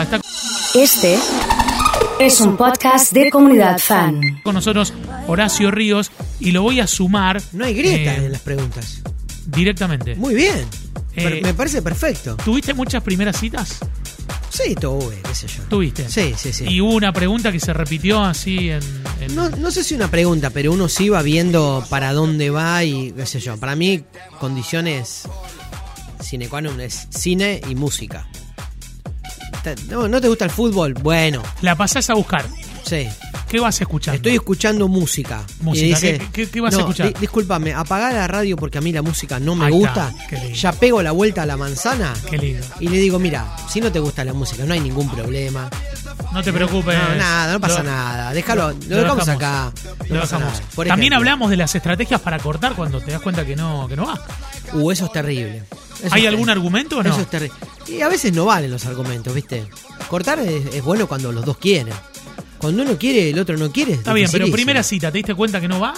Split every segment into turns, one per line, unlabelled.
Está
Este es un podcast de comunidad fan.
con nosotros Horacio Ríos y lo voy a sumar.
No hay grieta
eh,
en las preguntas.
directamente.
Muy bien. Per-
Eh,
me parece perfecto.
¿Tuviste muchas primeras citas?
Sí, tuve, qué sé yo.
¿Tuviste?
Sí, sí, sí.
Y hubo una pregunta que se repitió así en. en-
No, no sé si una pregunta, pero uno sí va viendo para dónde va y qué sé yo. Para mí, condiciones sine qua non es cine y música. Ta- No, ¿No te gusta el fútbol? Bueno,
La pasás a buscar.
sí.
¿Qué vas escuchando?
Estoy escuchando música.
Música,
Y dice,
¿qué- qué- qué vas a
"No,
escuchar?"
di- discúlpame, apagá la radio porque a mí la música no me
Ahí está,
gusta.
qué lindo.
Ya pego la vuelta a la manzana.
Qué lindo.
Y le digo, mira, si no te gusta la música, no hay ningún problema.
No te preocupes.
No, nada, no pasa
Lo-
nada. Déjalo, lo,
lo
dejamos,
dejamos.
acá. No
lo
pasa
dejamos.
nada. Por
También
ejemplo,
hablamos de las estrategias para cortar cuando te das cuenta que no, que no va.
Uh, eso es terrible. Eso
¿Hay
es
algún
terrible.
argumento o no?
Eso es terrible. Y a veces no valen los argumentos, ¿viste? Cortar es, es bueno cuando los dos quieren. Cuando uno quiere, el otro no quiere. es
Está bien, pero
dificilísimo.
primera cita, ¿te diste cuenta que no va?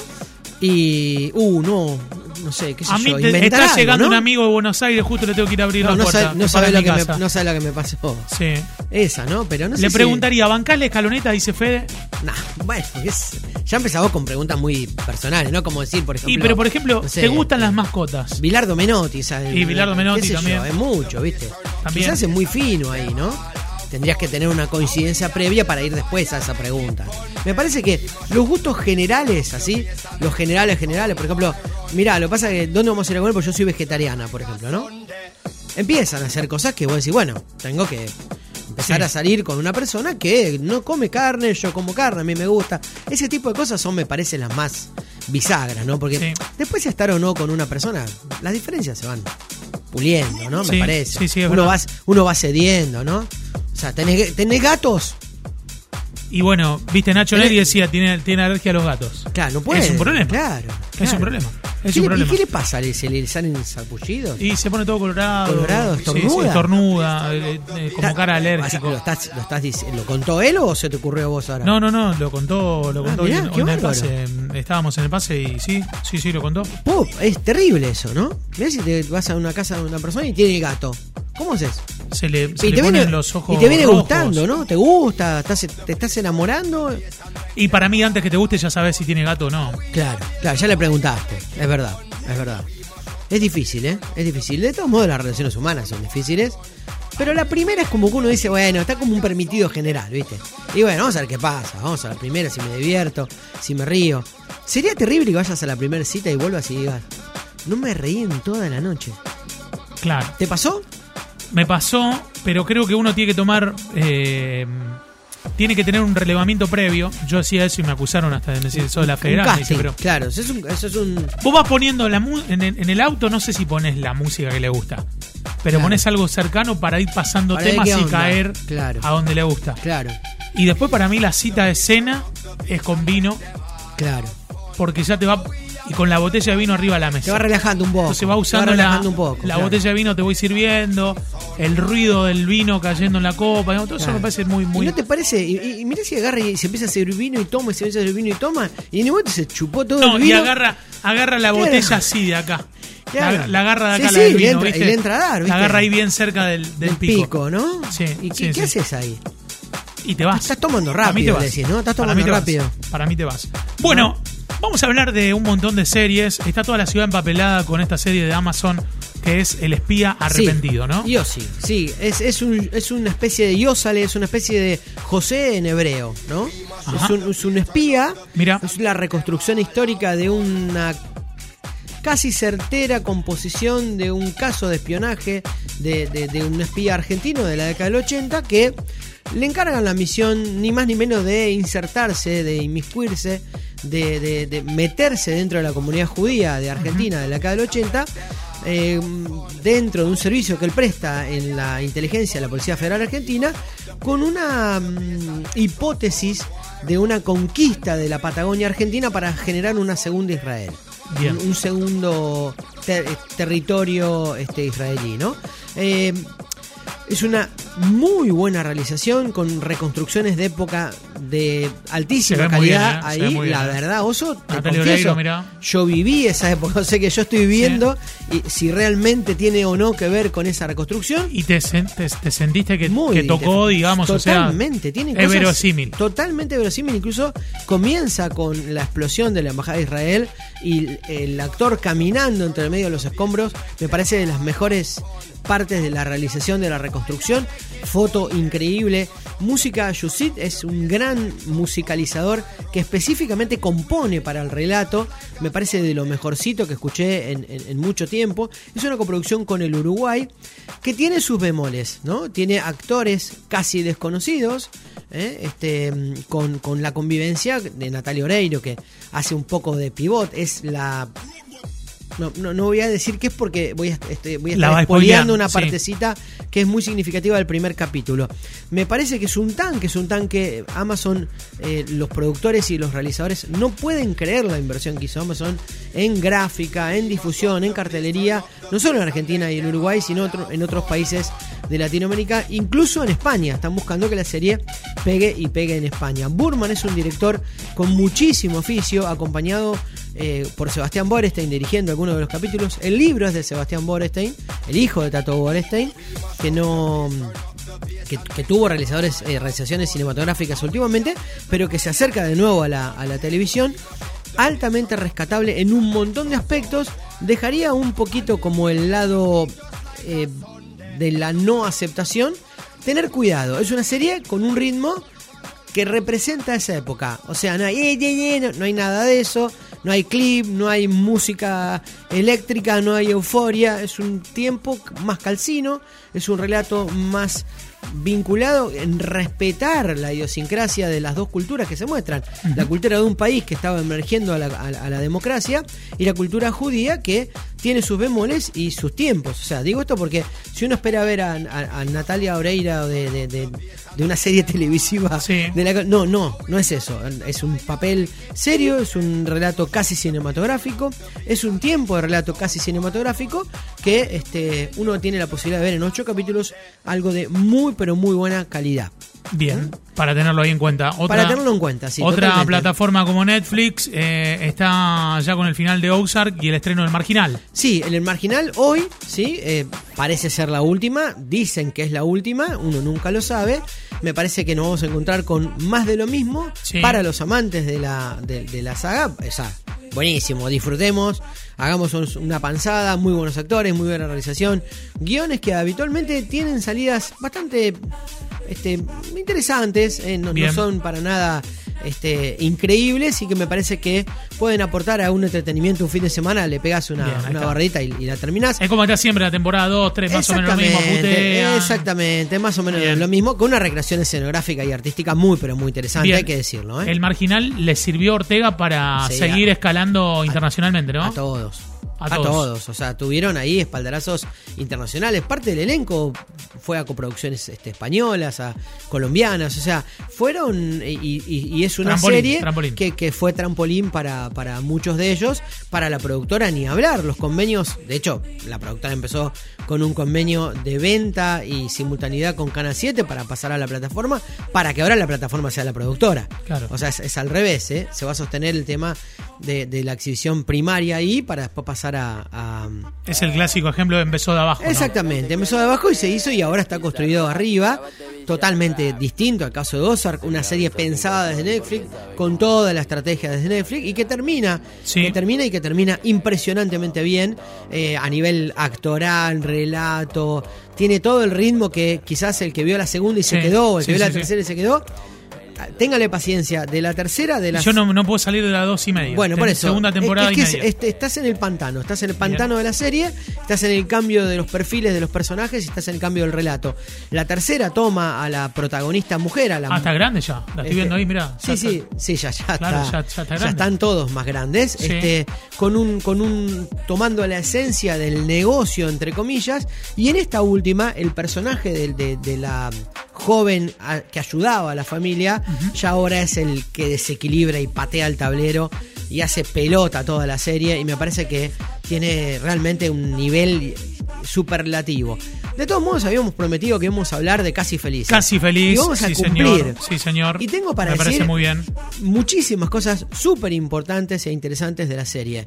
Y. Uh, no. No sé, qué sé
A mí
yo.
te-
inventar
está
algo,
llegando
¿no?
un amigo de Buenos Aires, justo le tengo que ir a abrir
No,
la
no
puerta.
sabe, no
para
sabe lo
mi
que me,
casa.
no sabe lo que me pasó.
Sí.
Esa, ¿no? Pero no sé
Le
si-
preguntaría, ¿bancás la escaloneta? Dice Fede.
Nah, bueno, es- ya empezamos con preguntas muy personales, ¿no? Como decir, por ejemplo.
y pero, por ejemplo,
no sé,
¿te gustan las mascotas?
Bilardo Menotti, ¿sabes?
Y Bilardo
¿Qué
Menotti
sé yo?
también.
Es mucho, ¿viste?
También.
Quizás es muy fino ahí, ¿no? Tendrías que tener una coincidencia previa para ir después a esa pregunta. Me parece que los gustos generales, así, los generales generales, por ejemplo, mirá, lo que pasa es que ¿dónde vamos a ir a comer? Porque yo soy vegetariana, por ejemplo, ¿no? Empiezan a hacer cosas que vos decís, bueno, tengo que empezar
Sí.
a salir con una persona que no come carne, yo como carne, a mí me gusta. Ese tipo de cosas son, me parece, las más bisagras, ¿no? Porque
Sí.
después de estar o no con una persona, las diferencias se van puliendo, ¿no?
Sí,
me parece.
sí, sí, es
uno,
verdad.
va, uno va cediendo, ¿no? O sea, tenés, tenés gatos.
Y bueno, viste, Nacho
Tenés-
Neri decía, tiene, tiene alergia a los gatos.
Claro, no puedes.
Es un problema.
Claro.
Es
claro.
un problema.
¿Qué
Es
le-
un
y
problema.
¿Qué le pasa? ¿Le, se le salen sarpullidos?
Y se pone todo colorado.
Colorado,
Sí, sí,
estornuda.
estornuda, eh, eh, como cara
Está- o sea, ¿Lo
alérgico.
estás, lo estás dic- ¿Lo contó él o se te ocurrió a vos ahora?
No, no, no, lo contó, lo
Ah,
contó
mirá,
hoy en- hoy
qué
en el
bárbaro.
pase. Estábamos en el pase y sí, sí, sí, lo contó.
Pup, es terrible eso, ¿no? Mirá si te vas a una casa de una persona y tiene gato. ¿Cómo haces?
Se le, se
Y
le
te,
ponen
viene,
los ojos.
y te viene
rojos.
gustando, ¿no? Te gusta, estás- te estás enamorando.
Y para mí, antes que te guste, ya sabes si tiene gato o no.
Claro, claro, ya le preguntaste. Es verdad, es verdad. Es difícil, ¿eh? Es difícil. De todos modos, las relaciones humanas son difíciles. Pero la primera es como que uno dice, bueno, está como un permitido general, ¿viste? Y bueno, vamos a ver qué pasa. Vamos a la primera, si me divierto, si me río. Sería terrible que vayas a la primera cita y vuelvas y digas, no me reí en toda la noche.
Claro.
¿Te pasó?
Me pasó, pero creo que uno tiene que tomar. eh, tiene que tener un relevamiento previo. Yo hacía eso y me acusaron hasta de decir eso de la
Un
federal. Me dice,
casting,
pero
Claro, eso es un... Eso es un
vos vas poniendo la mu- en, el- en el auto, no sé si pones la música que le gusta, pero
Claro.
pones algo cercano para ir pasando
Para ver
temas
qué
y
onda.
caer
Claro.
a donde le gusta.
claro,
Y después, para mí, la cita de cena es con vino,
claro.
porque ya te va. Y con la botella de vino arriba a la mesa.
Te va relajando un poco.
Entonces va usando
te va
la,
relajando un poco,
la
claro.
botella de vino, te voy sirviendo, el ruido del vino cayendo en la copa, digamos, todo eso
Claro.
me parece muy, muy...
¿Y no te parece? Y, y- y mirá si agarra y se empieza a servir vino y toma, y se empieza a servir vino y toma, y en el momento se chupó todo
No,
el
y
vino.
agarra, agarra la
Claro.
botella así de acá.
Claro.
La, la agarra de acá
Sí,
la del
sí, le
vino,
entra-
¿viste?
y le entra a dar, ¿viste?
La agarra ahí bien cerca del, del
del
pico.
pico, ¿no?
Sí,
¿Y qué,
sí,
qué
sí.
haces ahí?
Y te vas.
Estás tomando
Para mí te
rápido,
vas.
decís, ¿no? Estás
Para
tomando
mí te vas.
rápido.
Para mí te vas. Bueno, vamos a hablar de un montón de series. Está toda la ciudad empapelada con esta serie de Amazon que es El espía arrepentido,
Sí,
¿no?
Yossi, sí. Es, es, un- es una especie de Yosale, es una especie de José en hebreo, ¿no?
Ajá.
Es un, es un espía.
Mirá.
Es la reconstrucción histórica de una casi certera composición de un caso de espionaje de, de- de un espía argentino de la década del 80 que le encargan la misión ni más ni menos de insertarse, de inmiscuirse, de, de- de meterse dentro de la comunidad judía de Argentina de la década del 80, eh, dentro de un servicio que él presta en la inteligencia de la Policía Federal Argentina, con una mm, hipótesis de una conquista de la Patagonia Argentina para generar una segunda Israel
Bien.
un, un segundo ter- territorio este, israelí, ¿no? Eh, Es una muy buena realización con reconstrucciones de época de altísima
Se ve muy
calidad.
bien, eh, se ve
Ahí,
muy bien,
la
eh.
verdad, Oso, te
Natalia
confieso,
Oreiro, mirá.
yo viví esa época, o sea que yo estoy viviendo y si realmente tiene o no que ver con esa reconstrucción.
Y te, sen- te- te sentiste que,
Muy
que tocó,
diferente.
digamos,
totalmente,
o sea,
tienen
es
cosas
verosímil.
Totalmente verosímil, incluso comienza con la explosión de la embajada de Israel y el- el actor caminando entre el medio de los escombros, me parece de las mejores partes de la realización de la reconstrucción, foto increíble, música Yusit es un gran musicalizador que específicamente compone para el relato, me parece de lo mejorcito que escuché en, en- en mucho tiempo, es una coproducción con el Uruguay que tiene sus bemoles, ¿no? Tiene actores casi desconocidos, ¿eh? este, mm, con, con la convivencia de Natalia Oreiro, que hace un poco de pivot, es la... No, no, no voy a decir qué es porque voy a, este, voy a
La
estar
va
spoileando
spoileando,
una
sí.
partecita que es muy significativa del primer capítulo. Me parece que es un tanque, es un tanque. Amazon, eh, los productores y los realizadores no pueden creer la inversión que hizo Amazon en gráfica, en difusión, en cartelería, no solo en Argentina y en Uruguay, sino otro- en otros países de Latinoamérica, incluso en España. Están buscando que la serie pegue y pegue en España. Burman es un director con muchísimo oficio, acompañado eh, por Sebastián Borestein dirigiendo algunos de los capítulos. El libro es de Sebastián Borestein, el hijo de Tato Borestein, que no que, que tuvo realizadores, eh, realizaciones cinematográficas últimamente, pero que se acerca de nuevo a la, a la televisión. Altamente rescatable en un montón de aspectos. Dejaría un poquito como el lado eh, de la no aceptación. Tener cuidado. Es una serie con un ritmo que representa esa época. O sea, no hay, eh, eh, eh, no, no hay nada de eso, no hay clip, no hay música eléctrica, no hay euforia. Es un tiempo más calcino, es un relato más vinculado en respetar la idiosincrasia de las dos culturas que se muestran. La cultura de un país que estaba emergiendo a la, a la- a la democracia y la cultura judía que tiene sus bemoles y sus tiempos. O sea, digo esto porque si uno espera ver a, a- a Natalia Oreira de- de- de- de una serie televisiva
Sí.
de la- no, no, no es eso. Es un papel serio, es un relato casi cinematográfico, es un tiempo de relato casi cinematográfico que este, uno tiene la posibilidad de ver en ocho capítulos algo de muy, pero muy buena calidad.
Bien, para tenerlo ahí en cuenta. Otra,
¿Eh? Para tenerlo en cuenta, sí,
Otra
totalmente.
plataforma como Netflix eh, está ya con el final de Ozark y el estreno del Marginal.
Sí, en el marginal hoy, sí, eh, parece ser la última, dicen que es la última, uno nunca lo sabe. Me parece que nos vamos a encontrar con más de lo mismo
Sí.
para los amantes de la, de, de la saga. O sea, buenísimo, disfrutemos, hagamos un- una panzada, muy buenos actores, muy buena realización, guiones que habitualmente tienen salidas bastante este, interesantes, eh, no, no
Bien.
son para nada este, increíbles y que me parece que pueden aportar a un entretenimiento un fin de semana, le pegas una,
Bien, ahí
una
está.
barrita y, y la terminás.
Es como está siempre la temporada 2, 3, más o menos lo mismo. putea.
exactamente, más o menos
Bien.
lo mismo, con una recreación escenográfica y artística muy, pero muy interesante,
Bien.
hay que decirlo. ¿eh?
El Marginal le sirvió a Ortega para
Sí,
seguir
a-
escalando internacionalmente, ¿no?
A todos.
A
A,
todos.
todos. O sea, tuvieron ahí espaldarazos internacionales. Parte del elenco fue a coproducciones este, españolas, a colombianas. O sea, fueron. Y, y- y es una
Trampolín,
serie
trampolín.
Que, que fue trampolín para, para muchos de ellos. Para la productora, ni hablar. Los convenios. De hecho, la productora empezó con un convenio de venta y simultaneidad con Cana 7 para pasar a la plataforma. Para que ahora la plataforma sea la productora.
Claro.
O sea, es, es al revés, ¿eh? Se va a sostener el tema de, de la exhibición primaria ahí para después pasar a. a-
Es el clásico ejemplo de empezó de abajo. ¿no?
Exactamente, empezó de abajo y se hizo y ahora está construido arriba. Totalmente distinto al caso de Ozark, una serie pensada desde Netflix, con toda la estrategia desde Netflix y que termina,
Sí.
que termina y que termina impresionantemente bien eh, a nivel actoral, relato. Tiene todo el ritmo que quizás el que vio la segunda y se
Sí,
quedó, el
sí,
que vio la
sí, sí.
tercera y se quedó. Téngale paciencia, de la tercera, de la
Yo no, no puedo salir de las dos y media.
Bueno,
Ten-
por eso.
Segunda temporada
es que
y
es-
media.
este, estás en el pantano, estás en el pantano de la serie, estás en el cambio de los perfiles de los personajes y estás en el cambio del relato. La tercera toma a la protagonista mujer, a la
Ah, está grande ya. La estoy
este,
viendo ahí, mirá.
Sí,
Ya
sí,
está.
sí, ya, ya,
Claro,
está,
ya- ya está
ya
grande.
están todos más grandes.
Sí.
Este, con un, con un, tomando la esencia del negocio, entre comillas. Y en esta última, el personaje del- de, de la joven a- que ayudaba a la familia, ya ahora es el que desequilibra y patea el tablero y hace pelota toda la serie. Y me parece que tiene realmente un nivel superlativo. De todos modos, habíamos prometido que íbamos a hablar de Casi Feliz.
Casi feliz.
Y vamos a
sí,
cumplir.
señor. Sí, señor.
Y tengo para
Me parece
decir-
muy bien.
muchísimas cosas súper importantes e interesantes de la serie.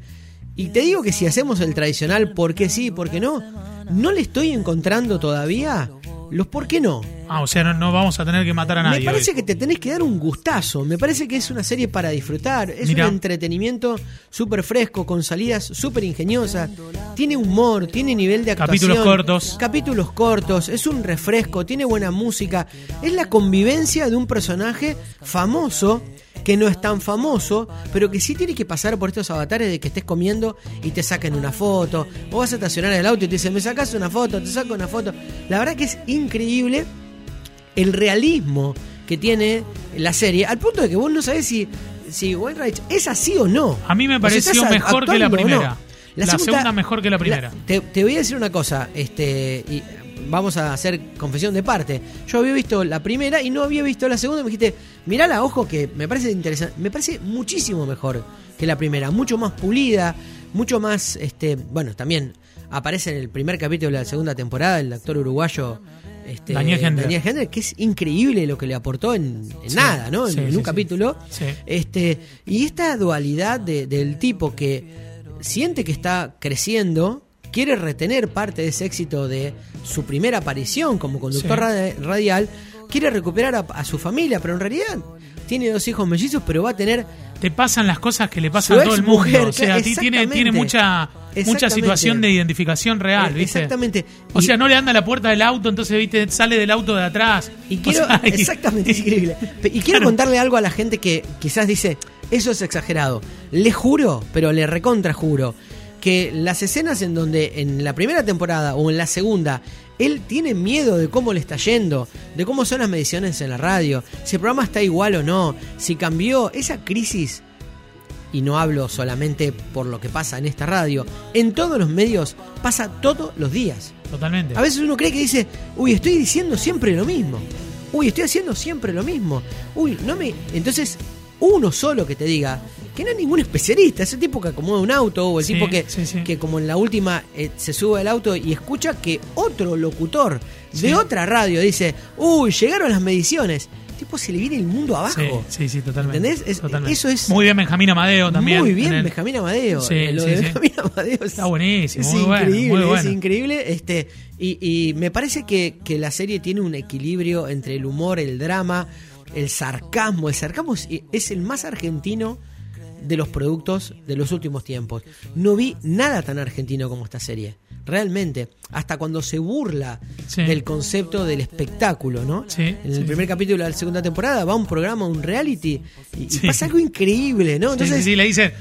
Y te digo que si hacemos el tradicional, ¿por qué sí, por qué no? No le estoy encontrando todavía los por qué no.
Ah, o sea, no, no vamos a tener que matar a nadie.
Me parece
hoy.
que te tenés que dar un gustazo. Me parece que es una serie para disfrutar. Es
Mirá.
un entretenimiento súper fresco, con salidas súper ingeniosas. Tiene humor, tiene nivel de actuación.
Capítulos cortos.
Capítulos cortos. Es un refresco, tiene buena música. Es la convivencia de un personaje famoso que no es tan famoso, pero que sí tiene que pasar por estos avatares de que estés comiendo y te saquen una foto, o vas a estacionar el auto y te dicen, me sacas una foto, te saco una foto. La verdad que es increíble el realismo que tiene la serie, al punto de que vos no sabés si, si Wainwright es así o no.
A mí me
O sea,
pareció
estás
mejor que la
actuando o no.
primera. La segunda mejor que la primera.
te, te voy a decir una cosa, este, y vamos a hacer confesión de parte. Yo había visto la primera y no había visto la segunda. y Me dijiste, mirala, ojo, que me parece interesante, me parece muchísimo mejor que la primera, mucho más pulida, mucho más, este, bueno, también aparece en el primer capítulo de la segunda temporada el actor uruguayo. Este,
Daniel Hendler.
Daniel Hendler, que es increíble lo que le aportó en, en nada, ¿no? En,
sí,
en
sí,
un
sí.
capítulo.
Sí.
Este, y esta dualidad de- del tipo que siente que está creciendo, quiere retener parte de ese éxito de su primera aparición como conductor
Sí.
radi- radial, quiere recuperar a, a su familia, pero en realidad tiene dos hijos mellizos, pero va a tener
Te pasan las cosas que le pasan a todo el mundo.
exmujer,
o sea, a ti tiene,
exactamente.
tiene mucha, mucha
Exactamente.
situación de identificación real,
Eh,
¿viste?
exactamente.
O
Y-
sea, no le anda a la puerta del auto, entonces, ¿viste? Sale del auto de atrás.
Y
O
quiero,
sea, y-
exactamente, es increíble. Pe- Y quiero
Claro.
contarle algo a la gente que quizás dice, eso es exagerado. Le juro, pero le recontra juro, que las escenas en donde en la primera temporada o en la segunda, él tiene miedo de cómo le está yendo, de cómo son las mediciones en la radio, si el programa está igual o no, si cambió, esa crisis y no hablo solamente por lo que pasa en esta radio, en todos los medios pasa todos los días.
Totalmente.
A veces uno cree que dice, uy, estoy diciendo siempre lo mismo. Uy, estoy haciendo siempre lo mismo. Uy, no me. Entonces, uno solo que te diga, que no es ningún especialista, ese tipo que acomoda un auto o el
Sí,
tipo que,
sí, sí.
que como en la última eh, se sube al auto y escucha que otro locutor de otra radio dice, uy, llegaron las mediciones. Tipo, se le viene el mundo
Sí,
abajo.
sí, sí, totalmente.
¿Entendés? Es-
Totalmente.
eso es-
Muy bien, Benjamín Amadeo también.
Muy bien,
en el-
Benjamín Amadeo.
Sí,
Eh, lo
sí,
de
sí.
Benjamín Amadeo es-
Está buenísimo,
Es
muy bueno,
increíble,
muy bueno.
es increíble. Este, y, y me parece que, que la serie tiene un equilibrio entre el humor, el drama, el sarcasmo. El sarcasmo es, es el más argentino de los productos de los últimos tiempos. No vi nada tan argentino como esta serie. Realmente, hasta cuando se burla
Sí.
del concepto del espectáculo, ¿no?
Sí,
en el
sí,
primer capítulo de la segunda temporada va un programa, un reality, y, y
Sí.
pasa algo increíble, ¿no?
Sí,
Entonces,
sí, sí, le dice,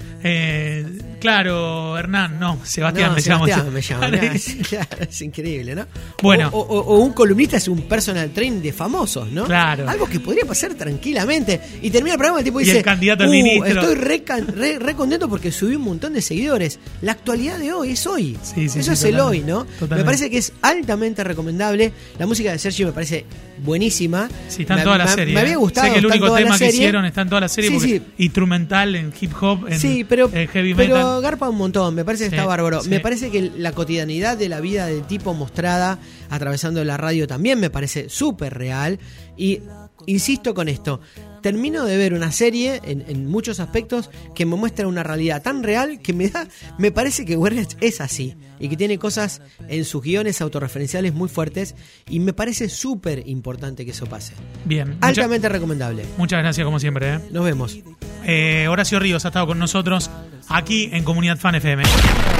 eh, claro, Hernán, no, Sebastián
No,
me llamo.
Sebastián me llama, mirá,
Claro,
es, claro, es increíble, ¿no?
Bueno.
O, o- o un columnista es un personal train de famosos, ¿no?
Claro.
Algo que podría pasar tranquilamente. Y termina el programa, el tipo
Y
dice.
el candidato al
"Uh,
ministro".
Estoy re, can- re- re contento porque subí un montón de seguidores. La actualidad de hoy es hoy.
Sí, sí,
Eso
sí,
es el hoy,
totalmente.
¿no? Me
Totalmente.
parece que es altamente recomendable. La música de Sergio me parece buenísima.
Sí, está en
Me-
toda la
me-
serie.
Me
eh.
había gustado.
Sé que el
está en
único
toda la
tema que
serie.
hicieron está en toda la serie
Sí,
porque
sí.
instrumental en hip hop, en,
sí, pero,
en heavy
pero
metal.
garpa un montón. Me parece que
Sí,
está bárbaro.
sí.
Me parece que la cotidianidad de la vida del tipo mostrada atravesando la radio también me parece súper real. Y insisto con esto. Termino de ver una serie en, en muchos aspectos que me muestra una realidad tan real que me da, me parece que Werner es así y que tiene cosas en sus guiones autorreferenciales muy fuertes y me parece súper importante que eso pase.
Bien, mucha-
Altamente recomendable.
muchas gracias como siempre. eh.
Nos vemos.
Eh, Horacio Ríos ha estado con nosotros aquí en Comunidad Fan FM.